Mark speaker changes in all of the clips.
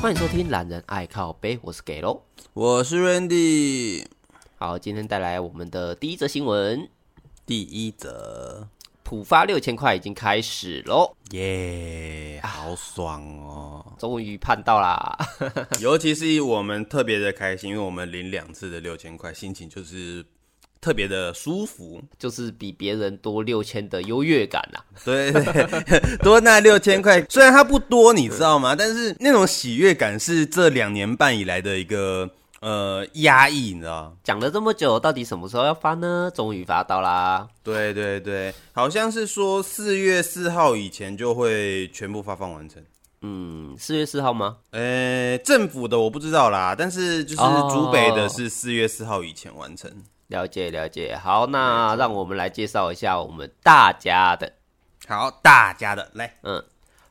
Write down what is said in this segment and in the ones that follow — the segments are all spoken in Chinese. Speaker 1: 欢迎收听《懒人爱靠背》，我是给喽。
Speaker 2: 我是 Randy，
Speaker 1: 好，今天带来我们的第一则新闻，
Speaker 2: 第一则，
Speaker 1: 浦发六千块已经开始喽，
Speaker 2: 耶、好爽 哦！
Speaker 1: 终于盼到啦！
Speaker 2: 尤其是我们特别的开心，因为我们领两次的六千块，心情就是特别的舒服。
Speaker 1: 就是比别人多六千的优越感啊啦、
Speaker 2: 对， 多那六千块，虽然它不多，你知道吗？但是那种喜悦感是这两年半以来的一个呃压抑，你知道吗？
Speaker 1: 讲了这么久，到底什么时候要发呢？终于发到啦！
Speaker 2: 对对对，好像是说四月四号以前就会全部发放完成。
Speaker 1: 嗯，四月四号吗？
Speaker 2: 呃，政府的我不知道啦，但是就是
Speaker 1: 哦
Speaker 2: 竹北的是四月四号以前完成。
Speaker 1: 了解了解。好，那让我们来介绍一下我们大家的。
Speaker 2: 好，大家的来，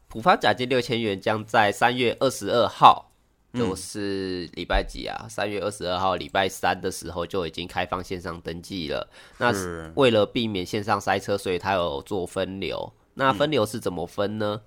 Speaker 1: 浦发假借六千元将在三月二十二号，就是礼拜几啊？三月二十二号礼拜三的时候就已经开放线上登记了。那
Speaker 2: 是
Speaker 1: 为了避免线上塞车，所以它有做分流。那分流是怎么分呢？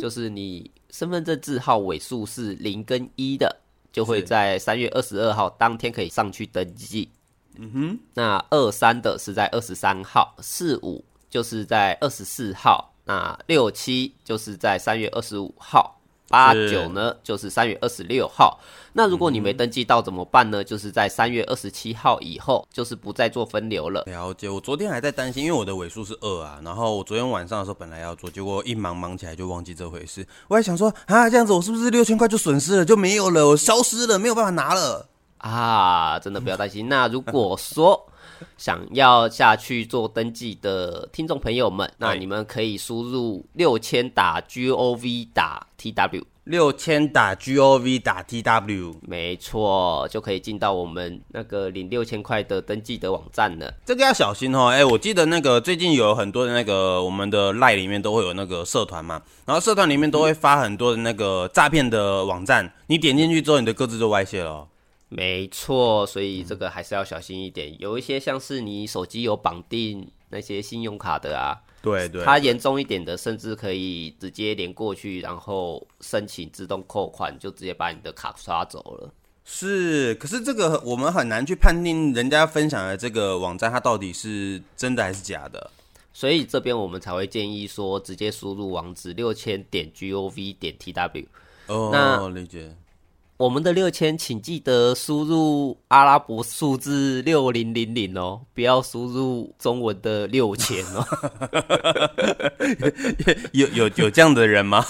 Speaker 1: 就是你身份证字号尾数是零跟一的，就会
Speaker 2: 是
Speaker 1: 在三月二十二号当天可以上去登记。嗯哼，那二三的是在二十三号，四五就是在二十四号，那六七就是在三月二十五号，八
Speaker 2: 是
Speaker 1: 九呢就是三月二十六号。那如果你没登记到怎么办呢？就是在三月二十七号以后，就是不再做分流了。
Speaker 2: 了解。我昨天还在担心，因为我的尾数是二啊，然后我昨天晚上的时候本来要做，结果一忙忙起来就忘记这回事。我还想说啊，这样子我是不是六千块就损失了，就没有了，我消失了，没有办法拿了。
Speaker 1: 啊，真的不要担心。那如果说想要下去做登记的听众朋友们，那
Speaker 2: 哎
Speaker 1: 你们可以输入六千打 G O V 打 T W，
Speaker 2: 六千打 G O V 打 T W，
Speaker 1: 没错，就可以进到我们那个领六千块的登记的网站了。
Speaker 2: 这个要小心哦。哎、我记得那个最近有很多的那个我们的赖里面都会有那个社团嘛，然后社团里面都会发很多的那个诈骗的网站，你点进去之后，你的歌字就歪斜了哦、
Speaker 1: 没错，所以这个还是要小心一点。有一些像是你手机有绑定那些信用卡的啊，
Speaker 2: 对对
Speaker 1: 它严重一点的，甚至可以直接连过去，然后申请自动扣款，就直接把你的卡刷走了。
Speaker 2: 是，可是这个我们很难去判定人家分享的这个网站它到底是真的还是假的。
Speaker 1: 所以这边我们才会建议说，直接输入网址六千点 g o v 点 t w。那
Speaker 2: 哦，理解。
Speaker 1: 我们的六千，请记得输入阿拉伯数字六零零零哦，不要输入中文的六千 哦。
Speaker 2: 有有有这样的人吗？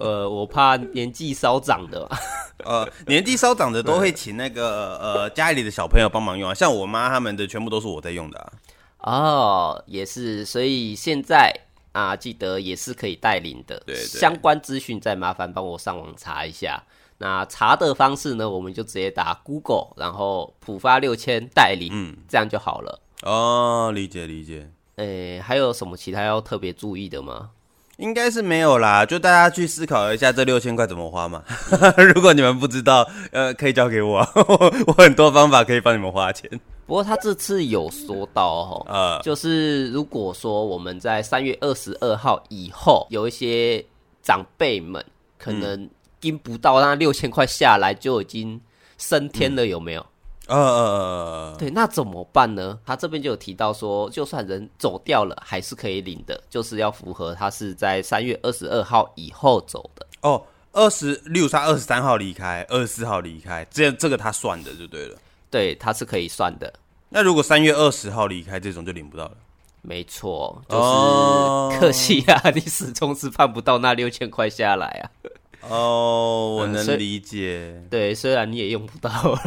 Speaker 1: 呃，我怕年纪稍长的嘛，
Speaker 2: 呃，年纪稍长的都会请那个呃家里的小朋友帮忙用啊，像我妈他们的全部都是我在用的、啊。
Speaker 1: 哦，也是，所以现在啊，记得也是可以带领的。
Speaker 2: 对对
Speaker 1: 相关资讯再麻烦帮我上网查一下。那查的方式呢，我们就直接打 Google，然后浦发六千带领，嗯，这样就好了。
Speaker 2: 哦，理解理解。
Speaker 1: 诶，还有什么其他要特别注意的吗？
Speaker 2: 应该是没有啦，就大家去思考一下这六千块怎么花嘛。 如果你们不知道，呃，可以交给我， 我很多方法可以帮你们花钱。
Speaker 1: 不过他这次有说到哦，
Speaker 2: 呃，
Speaker 1: 就是如果说我们在三月二十二号以后，有一些长辈们可能盯不到那六千块下来就已经升天了，有没有？
Speaker 2: 呃呃，
Speaker 1: 对，那怎么办呢？他这边就有提到说，就算人走掉了，还是可以领的，就是要符合他是在三月二十二号以后走的。
Speaker 2: 哦，二十六他二十三号离开，二十四号离开，这这个他算的就对了。
Speaker 1: 对，他是可以算的。
Speaker 2: 那如果三月二十号离开，这种就领不到了。
Speaker 1: 没错，
Speaker 2: 哦
Speaker 1: 就是可惜啊，你始终是盼不到那六千块下来啊。
Speaker 2: 哦，我
Speaker 1: 嗯所以
Speaker 2: 能理解，
Speaker 1: 对，虽然你也用不到 了，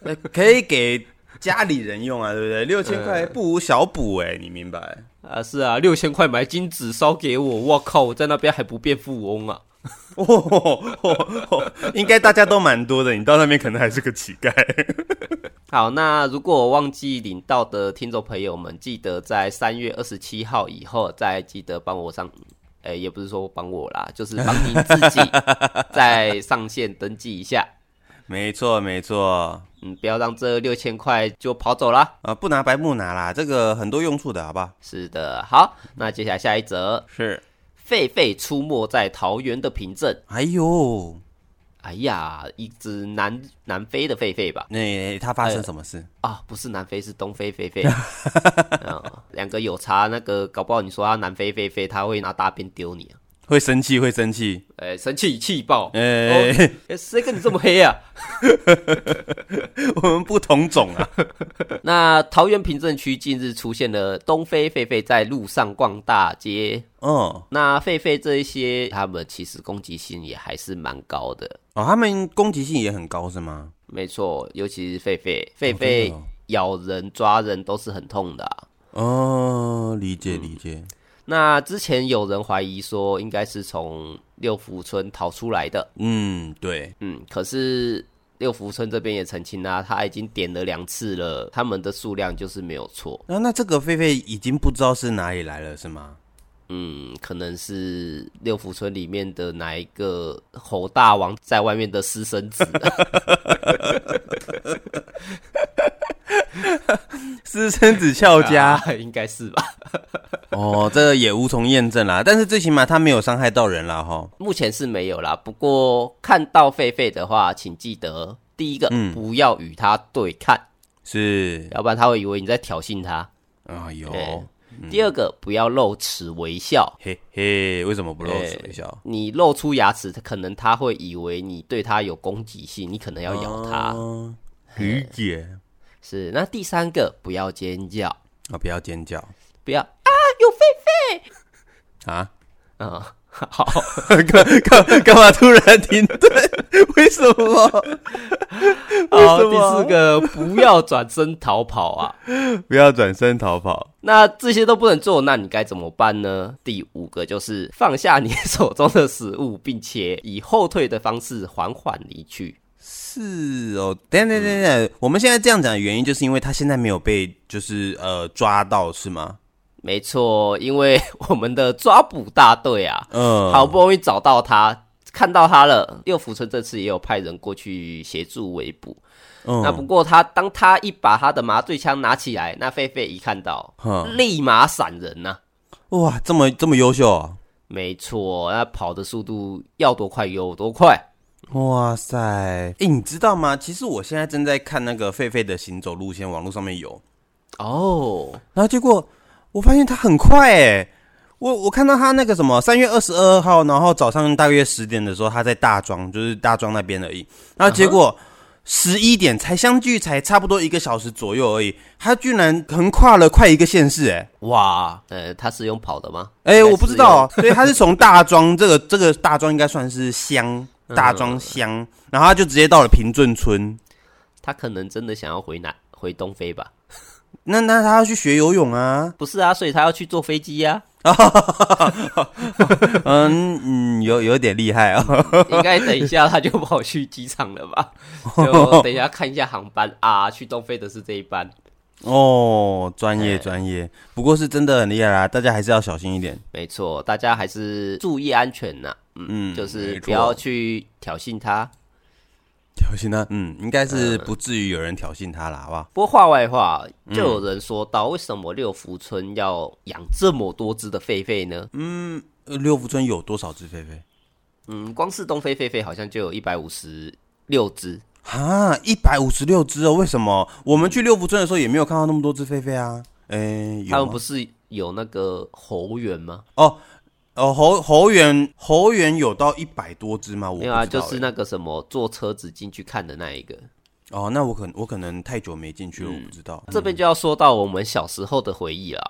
Speaker 2: 那可以给家里人用啊，对不对？六千块不无小补哎、你明白？
Speaker 1: 啊，是啊，六千块买金子烧给我，我靠，我在那边还不变富翁啊。
Speaker 2: 哦哦哦哦应该大家都蛮多的，你到那边可能还是个乞丐。
Speaker 1: 好，那如果忘记领到的听众朋友们，记得在三月二十七号以后再记得帮我上，诶、也不是说帮我啦，就是帮您自己再上线登记一下，
Speaker 2: 没错，没错，
Speaker 1: 嗯，不要让这六千块就跑走啦。
Speaker 2: 啊，不拿白不拿啦，这个很多用处的，好吧？
Speaker 1: 是的，好，那接下来下一则，
Speaker 2: 是
Speaker 1: 狒狒出没在桃园的凭证。
Speaker 2: 哎呦，
Speaker 1: 哎呀，一只南南非的狒狒吧？
Speaker 2: 那、他发生什么事？
Speaker 1: 啊，不是南非，是东非狒狒。啊，两个有差，那个搞不好你说他南非狒狒，他会拿大便丢你啊！
Speaker 2: 会生气，会生气。
Speaker 1: 哎、生气气爆！
Speaker 2: 哎、
Speaker 1: 哎谁跟你这么黑啊？
Speaker 2: 我们不同种啊。
Speaker 1: 那桃园平镇区近日出现了东非狒狒在路上逛大街。
Speaker 2: 嗯，哦，
Speaker 1: 那狒狒这一些，它们其实攻击性也还是蛮高的。
Speaker 2: 他们攻击性也很高是吗？
Speaker 1: 没错，尤其是狒狒，狒
Speaker 2: 真
Speaker 1: 狒
Speaker 2: 的哦
Speaker 1: 咬人、抓人都是很痛的啊、
Speaker 2: 哦，理解理解。
Speaker 1: 那之前有人怀疑说，应该是从六福村逃出来的。
Speaker 2: 嗯，对，
Speaker 1: 嗯，可是六福村这边也澄清啦、他已经点了两次了，他们的数量就是没有错。
Speaker 2: 那、那这个狒狒已经不知道是哪里来了是吗？
Speaker 1: 嗯，可能是六福村里面的哪一个侯大王在外面的私生 子，
Speaker 2: 私生子俏家、
Speaker 1: 应该是吧？
Speaker 2: 哦，这个也无从验证啦。但是最起码他没有伤害到人啦，哈。
Speaker 1: 目前是没有啦。不过看到狒狒的话，请记得第一个，不要与它对看，
Speaker 2: 是，
Speaker 1: 要不然它会以为你在挑衅它。
Speaker 2: 啊、有，
Speaker 1: 对第二个，不要露齿微笑。
Speaker 2: 嘿嘿，为什么不露齿微笑？
Speaker 1: 你露出牙齿，可能它会以为你对它有攻击性，你可能要咬它。
Speaker 2: 哦理解
Speaker 1: 是，那第三个，不要尖叫，
Speaker 2: 啊，不要尖叫
Speaker 1: 不要啊，有狒
Speaker 2: 啊！
Speaker 1: 狒啊、 好，
Speaker 2: 干干干嘛突然停顿？ 为什么？
Speaker 1: 好，
Speaker 2: 为什
Speaker 1: 第
Speaker 2: 么
Speaker 1: 四个，不要转身逃跑啊。
Speaker 2: 不要转身逃跑。
Speaker 1: 那这些都不能做，那你该怎么办呢？第五个就是放下你手中的食物，并且以后退的方式缓缓离去。
Speaker 2: 是哦，等一下等一下等一下，我们现在这样讲的原因，就是因为他现在没有被就是呃抓到，是吗？
Speaker 1: 没错，因为我们的抓捕大队啊，
Speaker 2: 嗯，
Speaker 1: 好不容易找到他，看到他了。六福村这次也有派人过去协助围捕。
Speaker 2: 嗯，
Speaker 1: 那不过他当他一把他的麻醉枪拿起来，那狒狒一看到，
Speaker 2: 哼
Speaker 1: 立马闪人呐、
Speaker 2: 哇，这么这么优秀、啊，
Speaker 1: 没错，那跑的速度要多快有多快。
Speaker 2: 哇塞！哎、你知道吗？其实我现在正在看那个狒狒的行走路线，网络上面有，
Speaker 1: 哦，
Speaker 2: 然后结果我发现它很快哎、我我看到它那个什么三月二十二号，然后早上大约十点的时候，它在大庄，就是大庄那边而已。然后结
Speaker 1: 嗯
Speaker 2: 果十一点才相距才差不多一个小时左右而已，它居然横跨了快一个县市哎、
Speaker 1: 哇，呃，他是用跑的吗？
Speaker 2: 哎、
Speaker 1: 应该是
Speaker 2: 我不知道哦，所以他是从大庄这个这个大庄应该算是乡，
Speaker 1: 嗯
Speaker 2: 大庄乡，然后他就直接到了平镇村。
Speaker 1: 他可能真的想要回南回东非吧？
Speaker 2: 那那他要去学游泳啊？
Speaker 1: 不是啊，所以他要去坐飞机啊呀、
Speaker 2: 嗯嗯，有有点厉害 啊、哦。
Speaker 1: 应该等一下他就跑去机场了吧？就等一下看一下航班啊，去东非的是这一班。
Speaker 2: 哦专业专业，不过是真的很厉害啦，大家还是要小心一点。
Speaker 1: 没错，大家还是注意安全呐、嗯，
Speaker 2: 嗯
Speaker 1: 就是
Speaker 2: 没错
Speaker 1: 不要去挑衅他。
Speaker 2: 挑衅他，嗯，应该是不至于有人挑衅他啦，好不好？
Speaker 1: 不过话外话，就有人说到，为什么六福村要养这么多只的狒狒呢？
Speaker 2: 呃六福村有多少只狒狒？
Speaker 1: 嗯，光是东非狒狒好像就有一百五十六只。
Speaker 2: 啊，一百五十六只哦！为什么我们去六福村的时候也没有看到那么多只狒狒啊？哎、有
Speaker 1: 他们
Speaker 2: 吗
Speaker 1: 不是有那个猴园吗？
Speaker 2: 哦哦，侯侯园侯园有到一百多只吗？我
Speaker 1: 没有啊，
Speaker 2: 不知
Speaker 1: 就
Speaker 2: 道
Speaker 1: 是
Speaker 2: 欸
Speaker 1: 那个什么坐车子进去看的那一个。
Speaker 2: 哦，那我可能我可能太久没进去了，我不知道。
Speaker 1: 这边就要说到我们小时候的回忆啦，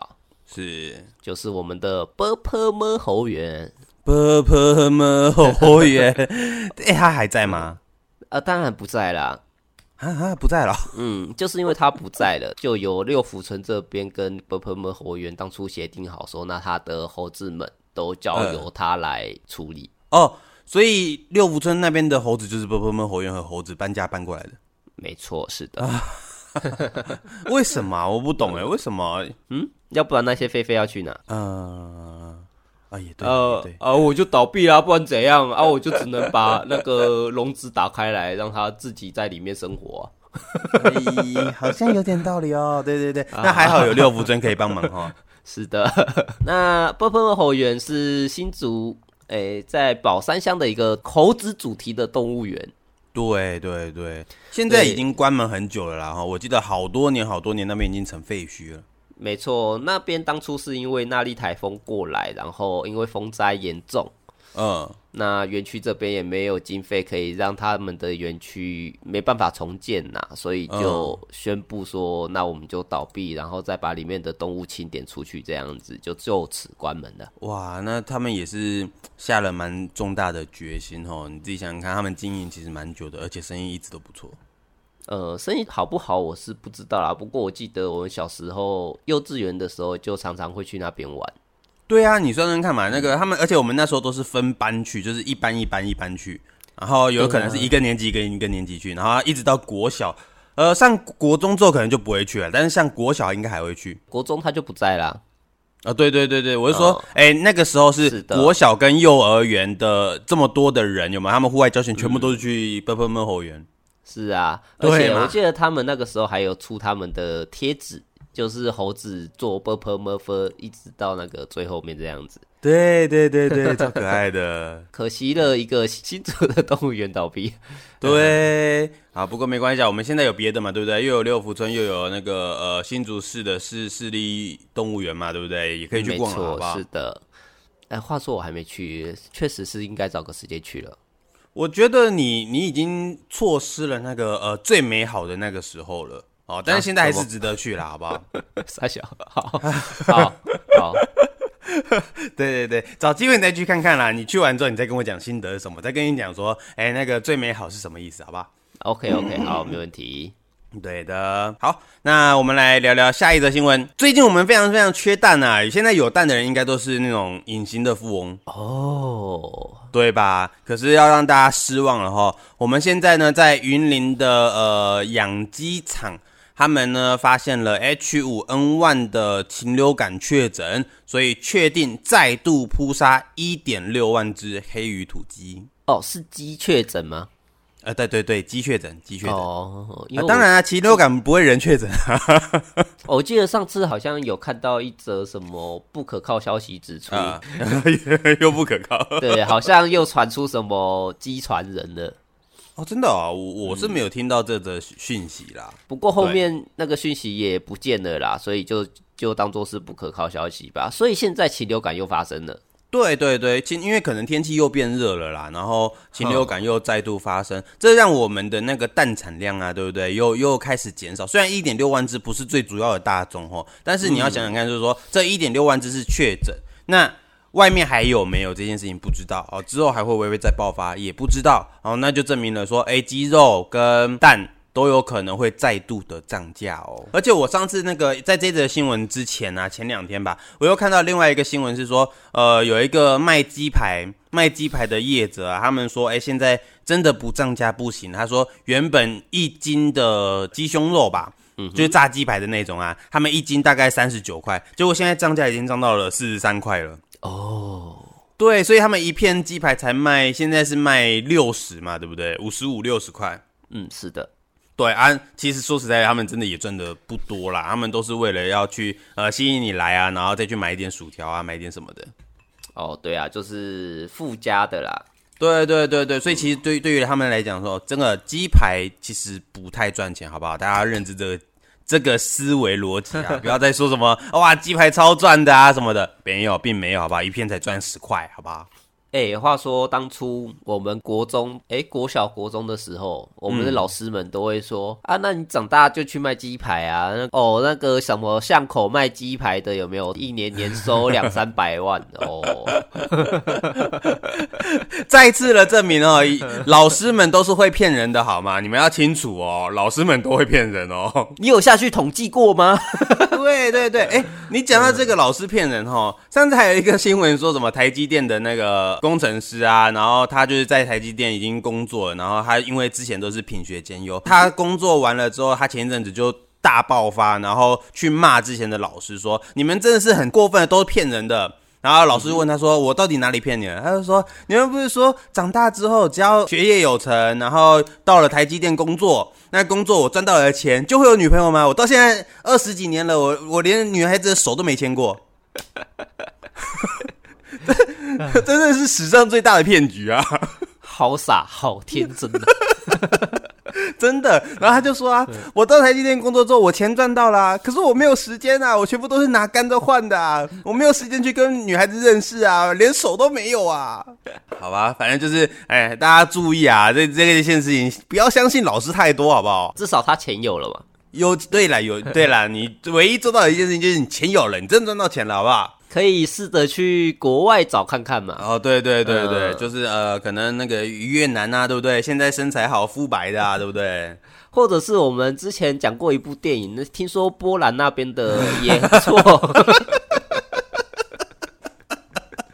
Speaker 2: 是
Speaker 1: 就是我们的波波摸猴园。
Speaker 2: 波波么侯园，哎、他还在吗？
Speaker 1: 啊，当然不在啦，
Speaker 2: 啊啊，不在了。
Speaker 1: 嗯，就是因为他不在了， 就由六福村这边跟波波摸猴园当初协定好说，那他的猴子们都交
Speaker 2: 嗯
Speaker 1: 由他来处理。
Speaker 2: 哦，所以六福村那边的猴子就是波波么侯园和猴子搬家搬过来的。
Speaker 1: 没错，是的，
Speaker 2: 为什么啊、我不懂哎，为什么？
Speaker 1: 嗯，要不然那些狒狒要去哪？
Speaker 2: 嗯、啊，也对，也
Speaker 1: 呃
Speaker 2: 对。
Speaker 1: 啊，我就倒闭啦，不然怎样啊？我就只能把那个笼子打开来，让它自己在里面生活啊、
Speaker 2: 哎好像有点道理哦。对对对，那还好有六福村可以帮忙哈。
Speaker 1: 是的， 那波波猴园是新竹诶、在宝山乡的一个猴子主题的动物园。
Speaker 2: 对对对，现在已经关门很久了啦哈，我记得好多年好多年那边已经成废墟了。
Speaker 1: 没错，那边当初是因为那莉台风过来，然后因为风灾严重，
Speaker 2: 嗯，
Speaker 1: 那园区这边也没有经费可以让他们的园区没办法重建呐、所以就
Speaker 2: 嗯
Speaker 1: 宣布说，那我们就倒闭，然后再把里面的动物清点出去，这样子就就此关门了。
Speaker 2: 哇，那他们也是下了蛮重大的决心哦。你自己想想看，他们经营其实蛮久的，而且生意一直都不错。
Speaker 1: 呃，生意好不好我是不知道啦，不过我记得我们小时候幼稚园的时候就常常会去那边玩。
Speaker 2: 对啊，你算算看嘛，那个他们，而且我们那时候都是分班去，就是一班一班一班去，然后有可能是一个年级跟一个年级去，然后一直到国小，呃，上国中之后可能就不会去了，但是像国小应该还会去。
Speaker 1: 国中他就不在啦，
Speaker 2: 啊、对对对对，我是说
Speaker 1: 哦，
Speaker 2: 哎、那个时候是
Speaker 1: 是的
Speaker 2: 国小跟幼儿园的这么多的人，有没有？他们户外教学全部都是去奔奔奔猴园。
Speaker 1: 是啊，
Speaker 2: 对
Speaker 1: 而且
Speaker 2: 嘛
Speaker 1: 我记得他们那个时候还有出他们的贴纸，就是猴子做 b u r p l e m u r p h 一直到那个最后面这样子。
Speaker 2: 对对对 对，超可爱 的。
Speaker 1: 可惜了一个新竹的动物园倒闭，
Speaker 2: 对，啊，不过没关系啊，我们现在有别的嘛，对不对？又有六福村，又有那个呃新竹市的市市立动物园嘛，对不对？ 也可以去
Speaker 1: 没
Speaker 2: 逛了，啊好
Speaker 1: 错
Speaker 2: 不，好
Speaker 1: 是？的。哎，话说我还没去，确实是应该找个时间去 了。
Speaker 2: 我觉得你你已经错失了那个呃最美好的那个时候了哦，但是现在还
Speaker 1: 什
Speaker 2: 是
Speaker 1: 么
Speaker 2: 值得去啦，好不好？
Speaker 1: 傻小，好，好，好，
Speaker 2: 对对对，找机会你再去看看啦。你去完之后，你再跟我讲心得是什么，再跟你讲说，哎、那个最美好是什么意思，好不好？
Speaker 1: OK，OK，好，没问题。
Speaker 2: 对的，好，那我们来聊聊下一则新闻。最近我们非常非常缺蛋啊，现在有蛋的人应该都是那种隐形的富翁，
Speaker 1: 哦，
Speaker 2: 对吧？可是要让大家失望了哈，我们现在呢在云林的呃养鸡场。他们呢发现了 H5N1 的禽流感确诊，所以确定再度扑杀1.6万只黑鱼土鸡。
Speaker 1: 哦，是鸡确诊吗？
Speaker 2: 呃，对对对，鸡确诊，鸡确诊。
Speaker 1: 哦，因
Speaker 2: 啊
Speaker 1: 为、我
Speaker 2: 当然啊，禽流感不会人确诊啊。
Speaker 1: 我记得上次好像有看到一则什么不可靠消息指出，
Speaker 2: 啊 又不可靠。
Speaker 1: 对，好像又传出什么鸡传人了。
Speaker 2: 哦，真的啊、我我是没有听到这则讯息啦。
Speaker 1: 不过后面那个讯息也不见了啦，所以就就当做是不可靠消息吧。所以现在禽流感又发生了，
Speaker 2: 对对对，禽因为可能天气又变热了啦，然后禽流感又再度发生，这让我们的那个蛋产量啊，对不对？又又开始减少。虽然一点六万只不是最主要的大宗哦，但是你要想想看，就是说、这一点六万只是确诊，那外面还有没有这件事情不知道哦，之后还会不会再爆发也不知道哦，那就证明了说，哎，鸡肉跟蛋。都有可能会再度的涨价哦，而且我上次那个在这则新闻之前啊，前两天吧，我又看到另外一个新闻是说，呃，有一个卖鸡排卖鸡排的业者啊，他们说，哎，现在真的不涨价不行。他说，原本一斤的鸡胸肉吧，就是炸鸡排的那种啊，他们一斤大概三十九块，结果现在涨价已经涨到了四十三块了。哦，对，所以他们一片鸡排才卖，现在是卖六十嘛，对不对？五十五六十块。
Speaker 1: 嗯，是的，
Speaker 2: 对啊，其实说实在，他们真的也赚的不多啦，他们都是为了要去呃吸引你来啊，然后再去买一点薯条啊，买一点什么的。
Speaker 1: 哦，对啊，就是附加的啦。
Speaker 2: 对对对对，所以其实对对于他们来讲说，真的鸡排其实不太赚钱，好不好？大家认知这个这个思维逻辑啊，不要再说什么哇鸡排超赚的啊什么的，没有，并没有，好不好？一片才赚十块，好不好？
Speaker 1: 哎、话说当初我们国中，哎、国小、国中的时候，我们的老师们都会说、啊，那你长大就去卖鸡排啊，那哦，那个什么巷口卖鸡排的有没有一年年收两三百万哦？
Speaker 2: 再次的证明哦，一老师们都是会骗人的，好吗？你们要清楚哦，老师们都会骗人哦。
Speaker 1: 你有下去统计过吗？
Speaker 2: 对对对， 哎、你讲到这个老师骗人哈，上次还有一个新闻说什么台积电的那个工程师啊，然后他就是在台积电已经工作了，然后他因为之前都是品学兼优，他工作完了之后，他前一阵子就。大爆发，然后去骂之前的老师说：“你们真的是很过分的，都是骗人的。”然后老师就问他说：“我到底哪里骗你了？”他就说：“你们不是说长大之后只要学业有成，然后到了台积电工作，那工作我赚到了钱就会有女朋友吗？我到现在二十几年了，我我连女孩子的手都没牵过。 真的是史上最大的骗局啊！
Speaker 1: 好傻，好天真啊的。
Speaker 2: 真的。然后他就说啊，我到台积电工作之后，我钱赚到啦、可是我没有时间啊，我全部都是拿甘蔗换的啊，我没有时间去跟女孩子认识啊，连手都没有啊。 好吧，反正就是，哎，大家注意啊，这这件事情不要相信老师太多，好不好？
Speaker 1: 至少他钱有了嘛，
Speaker 2: 有对啦，有对啦，你唯一做到的一件事情就是你钱有了，你真的赚到钱了，好不好？
Speaker 1: 可以试着去国外找看看嘛。
Speaker 2: 哦，对对对对，
Speaker 1: 嗯
Speaker 2: 就是呃，可能那个越南啊，对不对？现在身材好，肤白的啊，对不对？
Speaker 1: 或者是我们之前讲过一部电影，那听说波兰那边的也不 错，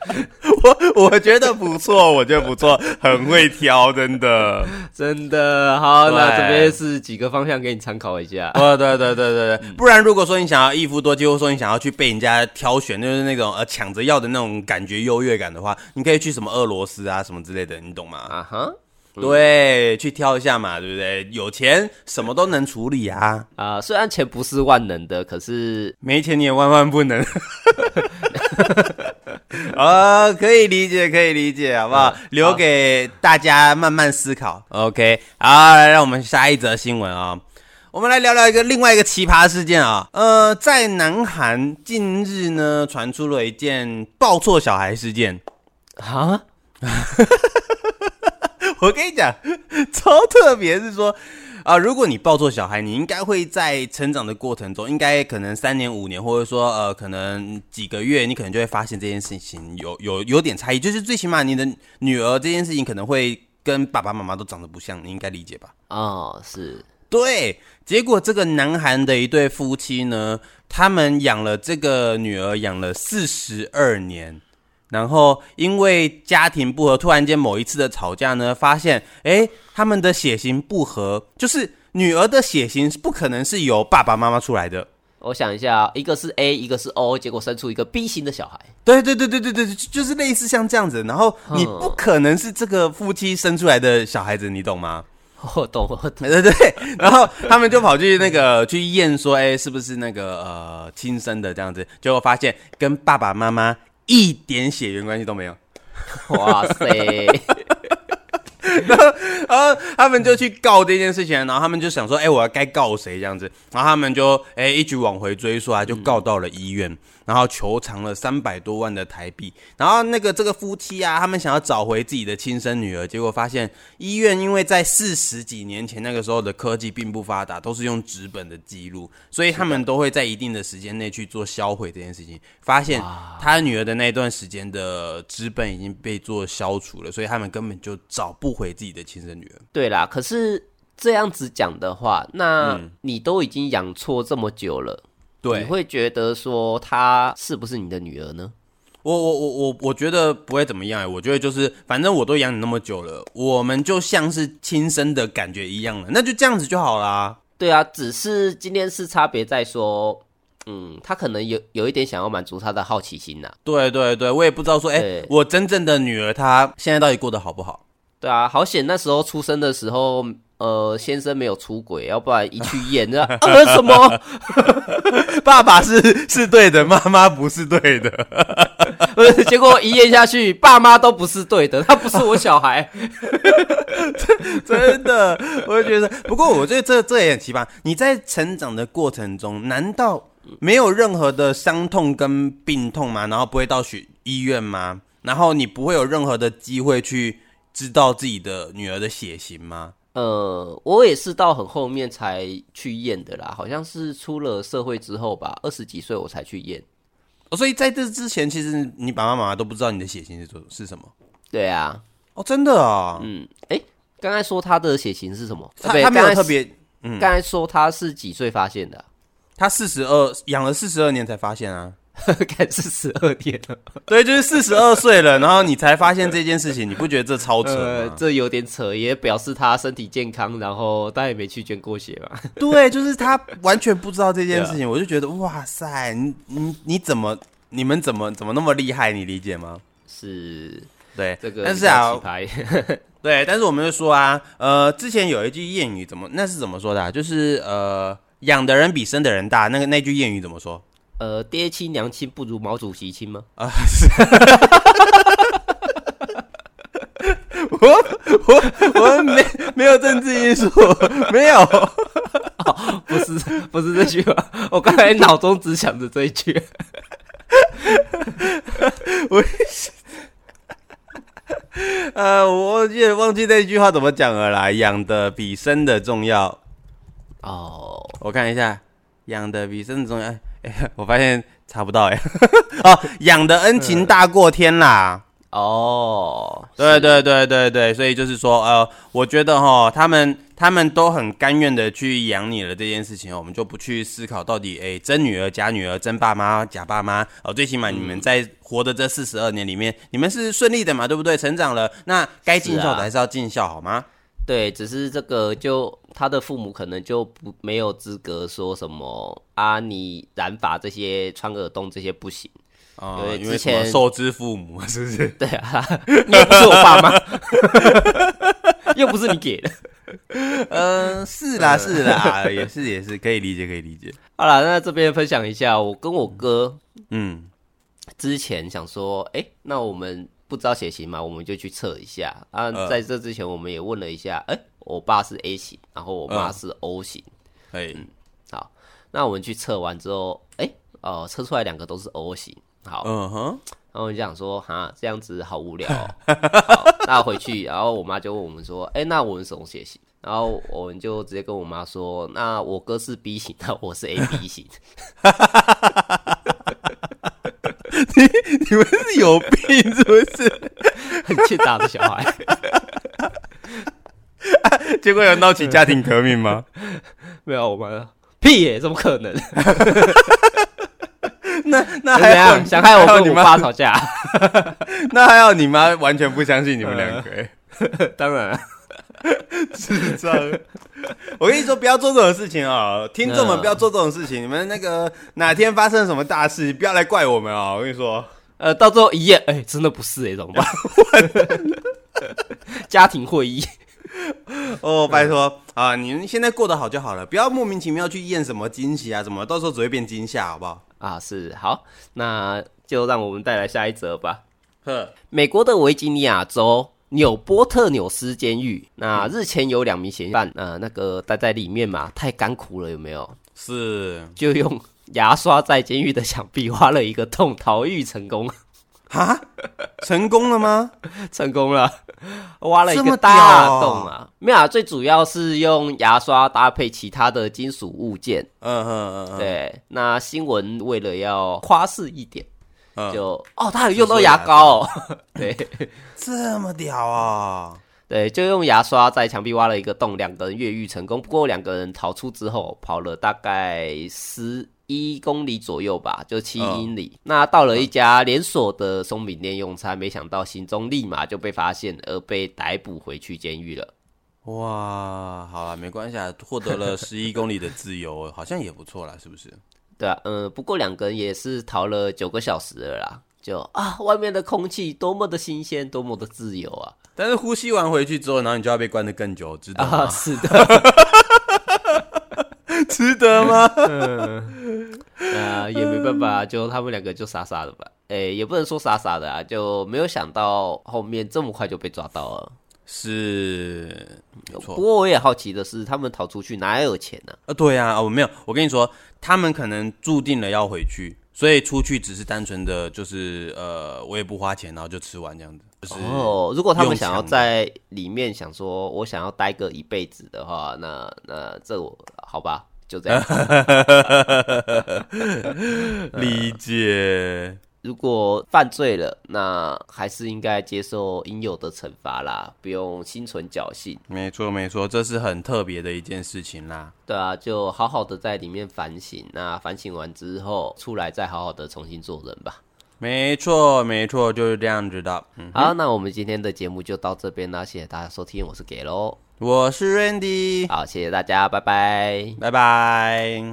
Speaker 2: 我我觉得不错，我觉得不错，很会挑，真的。
Speaker 1: 真的好。
Speaker 2: 对
Speaker 1: 那这边是几个方向给你参考一下。
Speaker 2: 哦，对对对对对，不然如果说你想要一夫多妻，或者说你想要去被人家挑选，就是那种呃抢着要的那种感觉优越感的话，你可以去什么俄罗斯啊什么之类的，你懂吗？
Speaker 1: 啊哈
Speaker 2: 嗯对，去挑一下嘛，对不对？有钱什么都能处理啊，
Speaker 1: 啊，虽然钱不是万能的，可是
Speaker 2: 没钱你也万万不 能。啊、可以理解，可以理解，好不好？留给大家慢慢思考。OK，好，来让我们下一则新闻啊、我们来聊聊一个另外一个奇葩事件啊、呃，在南韩近日呢，传出了一件抱错小孩事件。
Speaker 1: 啊，
Speaker 2: 我跟你讲，超特别是说。啊、如果你抱错小孩，你应该会在成长的过程中，应该可能三年、五年，或者说呃，可能几个月，你可能就会发现这件事情有有有点差异，就是最起码你的女儿这件事情可能会跟爸爸妈妈都长得不像，你应该理解吧？
Speaker 1: 哦是
Speaker 2: 对，结果这个南韩的一对夫妻呢，他们养了这个女儿养了四十二年，然后因为家庭不和，突然间某一次的吵架呢，发现诶他们的血型不合，就是女儿的血型是不可能是由爸爸妈妈出来的。
Speaker 1: 我想一下，一个是 A，一个是 O，结果生出一个 B 型的小孩。
Speaker 2: 对对对对对对，就就是类似像这样子，然后你
Speaker 1: 嗯
Speaker 2: 不可能是这个夫妻生出来的小孩子，你懂吗？
Speaker 1: 我懂，我懂。
Speaker 2: 对对对，然后他们就跑去那个去验说，哎、是不是那个呃亲生的这样子？结果发现跟爸爸妈妈一点血缘关系都没有。
Speaker 1: 哇塞，
Speaker 2: 然后他们就去告这件事情，然后他们就想说，哎、我要该告谁这样子？然后他们就哎、一举往回追溯啊，就告到了医院，然后求偿了三百多万的台币。然后那个这个夫妻啊，他们想要找回自己的亲生女儿，结果发现医院因为在四十几年前那个时候的科技并不发达，都是用纸本的记录，所以他们都会在一定的时间内去做销毁这件事情。发现他女儿的那段时间的纸本已经被做消除了，所以他们根本就找不回自己的亲生女儿。
Speaker 1: 对啦，可是这样子讲的话，那你都已经养错这么久了，你
Speaker 2: 对，
Speaker 1: 会觉得说她是不是你的女儿呢？
Speaker 2: 我我我我我觉得不会怎么样、欸，我觉得就是反正我都养你那么久了，我们就像是亲生的感觉一样了，那就这样子就好啦。
Speaker 1: 对啊，只是今天是差别在说，嗯，她可能有有一点想要满足她的好奇心呐、
Speaker 2: 对对对，我也不知道说，哎、
Speaker 1: 对
Speaker 2: 我真正的女儿她现在到底过得好不好？
Speaker 1: 对啊，好险那时候出生的时候，呃，先生没有出轨，要不然一去验，那 呃什么？
Speaker 2: 爸爸是是对的，妈妈不是对的。
Speaker 1: 呃结果一验下去，爸妈都不是对的，他不是我小孩。
Speaker 2: 真的，我就觉得。不过我觉得这这也很奇葩。你在成长的过程中，难道没有任何的伤痛跟病痛吗？然后不会到学医院吗？然后你不会有任何的机会去知道自己的女儿的血型吗？
Speaker 1: 呃，我也是到很后面才去验的啦，好像是出了社会之后吧，二十几岁我才去验。
Speaker 2: 哦，所以在这之前，其实你爸爸妈妈都不知道你的血型是多是什么。
Speaker 1: 对啊，
Speaker 2: 哦，真的啊、
Speaker 1: 嗯，诶，刚才说他的血型是什么？
Speaker 2: 他
Speaker 1: 呃不
Speaker 2: 他没有
Speaker 1: 刚才
Speaker 2: 特别，
Speaker 1: 刚才说他是几岁发现的、 啊？
Speaker 2: 他四十二养了四十二年才发现啊。
Speaker 1: 看是十二天了，
Speaker 2: 对，就是四十二岁了，然后你才发现这件事情，你不觉得这超扯吗？
Speaker 1: 呃，这有点扯，也表示他身体健康，然后他也没去捐过血嘛。
Speaker 2: 对，就是他完全不知道这件事情，我就觉得哇塞，你你你怎么你们怎么怎么那么厉害？你理解吗？
Speaker 1: 是
Speaker 2: 对，
Speaker 1: 这个
Speaker 2: 但
Speaker 1: 比
Speaker 2: 是
Speaker 1: 较
Speaker 2: 啊
Speaker 1: 奇，葩，
Speaker 2: 对，但是我们就说啊，呃，之前有一句谚 语怎么那是怎么说的、啊？就是呃，养的人比生的人大，那个那句谚语怎么说？
Speaker 1: 呃，爹亲娘亲不如毛主席亲吗？
Speaker 2: 我们没没有政治因素，没有。
Speaker 1: 不是，不是这句话，我刚才脑中只想着这一句。
Speaker 2: 呃，我有点忘记那句话怎么讲了啦。养的比生的重要，
Speaker 1: 哦，
Speaker 2: 我看一下，养的比生的重要。哎、哎我发现查不到哎、 哦，养的恩情大过天啦。
Speaker 1: 哦，
Speaker 2: 对对对对对，所以就是说，呃，我觉得哈，他们他们都很甘愿的去养你了这件事情哦，我们就不去思考到底，哎，真女儿、假女儿、真爸妈、假爸妈，哦，最起码你们在活的这四十二年里面，你们是顺利的嘛，对不对？成长了，那该尽
Speaker 1: 是
Speaker 2: 孝
Speaker 1: 啊
Speaker 2: 的还是要尽孝，好吗？
Speaker 1: 对，只是这个就他的父母可能就不没有资格说什么啊，你染发这些、穿耳洞这些不行。
Speaker 2: 啊、
Speaker 1: 对
Speaker 2: 因为
Speaker 1: 之
Speaker 2: 什么
Speaker 1: 前
Speaker 2: 受之父母，是不 是？
Speaker 1: 对啊，你又不是我爸妈， 又不是你给的。
Speaker 2: 嗯、是啦是 啦，也是也是可以理解可以理解，
Speaker 1: 好了，那这边分享一下，我跟我哥
Speaker 2: 嗯，
Speaker 1: 之前想说，哎、那我们不知道血型嘛，我们就去测一下啊。
Speaker 2: 嗯
Speaker 1: 在这之前，我们也问了一下，哎、我爸是 A 型，然后我
Speaker 2: 嗯
Speaker 1: 妈是 O 型。
Speaker 2: 可以，
Speaker 1: 好，那我们去测完之后，哎、哦、测出来两个都是 O 型。好，
Speaker 2: 嗯哼，
Speaker 1: 然后我就想说，哈，这样子好无聊、哦。好，那回去，然后我妈就问我们说，哎、那我们什么血型？然后我们就直接跟我妈说，那我哥是 B 型，那我是 AB 型。
Speaker 2: 你们是有病是不是？
Speaker 1: 很欠打的小孩。
Speaker 2: 结果有闹起家庭革命吗？
Speaker 1: 没有，我们屁耶、怎么可 能？
Speaker 2: 那 那
Speaker 1: 怎
Speaker 2: 还好
Speaker 1: 样？
Speaker 2: 你
Speaker 1: 哎想害我
Speaker 2: 还好
Speaker 1: 跟
Speaker 2: 你
Speaker 1: 我
Speaker 2: 妈
Speaker 1: 爸吵架？
Speaker 2: 那还好，你妈完全不相信你们两
Speaker 1: 嗯
Speaker 2: 个、欸，
Speaker 1: 当然了，
Speaker 2: 智障！我跟你说，不要做这种事情哦，听众们
Speaker 1: 嗯
Speaker 2: 不要做这种事情。你们那个哪天发生什么大事，不要来怪我们哦。我跟你说，
Speaker 1: 呃，到最后一夜，哎、真的不是哎、怎 么办？家庭会议，
Speaker 2: 哦，拜托
Speaker 1: 嗯
Speaker 2: 啊，你们现在过得好就好了，不要莫名其妙去验什么惊喜啊，什么，到时候只会变惊吓，好不好？
Speaker 1: 啊，是好，那就让我们带来下一则吧。
Speaker 2: 呵，
Speaker 1: 美国的维吉尼亚州纽波特纽斯监狱，那日前有两名嫌犯，呃，那个待在里面嘛，太干苦了，有没有？
Speaker 2: 是
Speaker 1: 就用牙刷在监狱的墙壁挖了一个洞，逃狱成功，
Speaker 2: 哈，成功了吗？
Speaker 1: 成功了，挖了一
Speaker 2: 这么
Speaker 1: 个大
Speaker 2: 屌
Speaker 1: 洞啊！没有、啊，最主要是用牙刷搭配其他的金属物件。
Speaker 2: 嗯嗯嗯，
Speaker 1: 对，那新闻为了要夸饰一点，
Speaker 2: 嗯
Speaker 1: 就哦，他有用到牙膏、哦， 对
Speaker 2: 这么屌啊、
Speaker 1: 对，就用牙刷在墙壁挖了一个洞，两个人越狱成功。不过两个人逃出之后，跑了大概十一公里左右吧，就七
Speaker 2: 嗯
Speaker 1: 英里。那到了一家连锁的松饼店用餐，没想到行踪立马就被发现，而被逮捕回去监狱了。
Speaker 2: 哇，好了，没关系啊，获得了十一公里的自由，好像也不错啦，是不是？
Speaker 1: 对啊，嗯，不过两个人也是逃了九个小时了啦。就啊，外面的空气多么的新鲜，多么的自由啊！
Speaker 2: 但是呼吸完回去之后，然后你就要被关得更久，值得
Speaker 1: 啊，
Speaker 2: 吗？
Speaker 1: 是的，
Speaker 2: 值得吗？
Speaker 1: 呃，也没办法，就他们两个就傻傻的吧，诶、也不能说傻傻的啊，就没有想到后面这么快就被抓到了。
Speaker 2: 是，没
Speaker 1: 不
Speaker 2: 错。
Speaker 1: 过我也好奇的是，他们逃出去哪有钱呢、
Speaker 2: 啊，对啊，我没有，我跟你说，他们可能注定了要回去，所以出去只是单纯的就是呃，我也不花钱，然后就吃完这样子，就是
Speaker 1: 哦，如果他们
Speaker 2: 用
Speaker 1: 想要
Speaker 2: 抢的
Speaker 1: 在里面想说，我想要待个一辈子的话，那那这我好吧，就这 样。
Speaker 2: 理解。
Speaker 1: 如果犯罪了，那还是应该接受应有的惩罚啦，不用心存侥幸。
Speaker 2: 没错，没错，这是很特别的一件事情啦。
Speaker 1: 对啊，就好好的在里面反省，那反省完之后出来再好好的重新做人吧。
Speaker 2: 没错，没错，就是这样子的。嗯，
Speaker 1: 好，那我们今天的节目就到这边啦，谢谢大家收听，我是给喽，
Speaker 2: 我是 Randy，
Speaker 1: 好，谢谢大家，拜拜。
Speaker 2: 拜拜。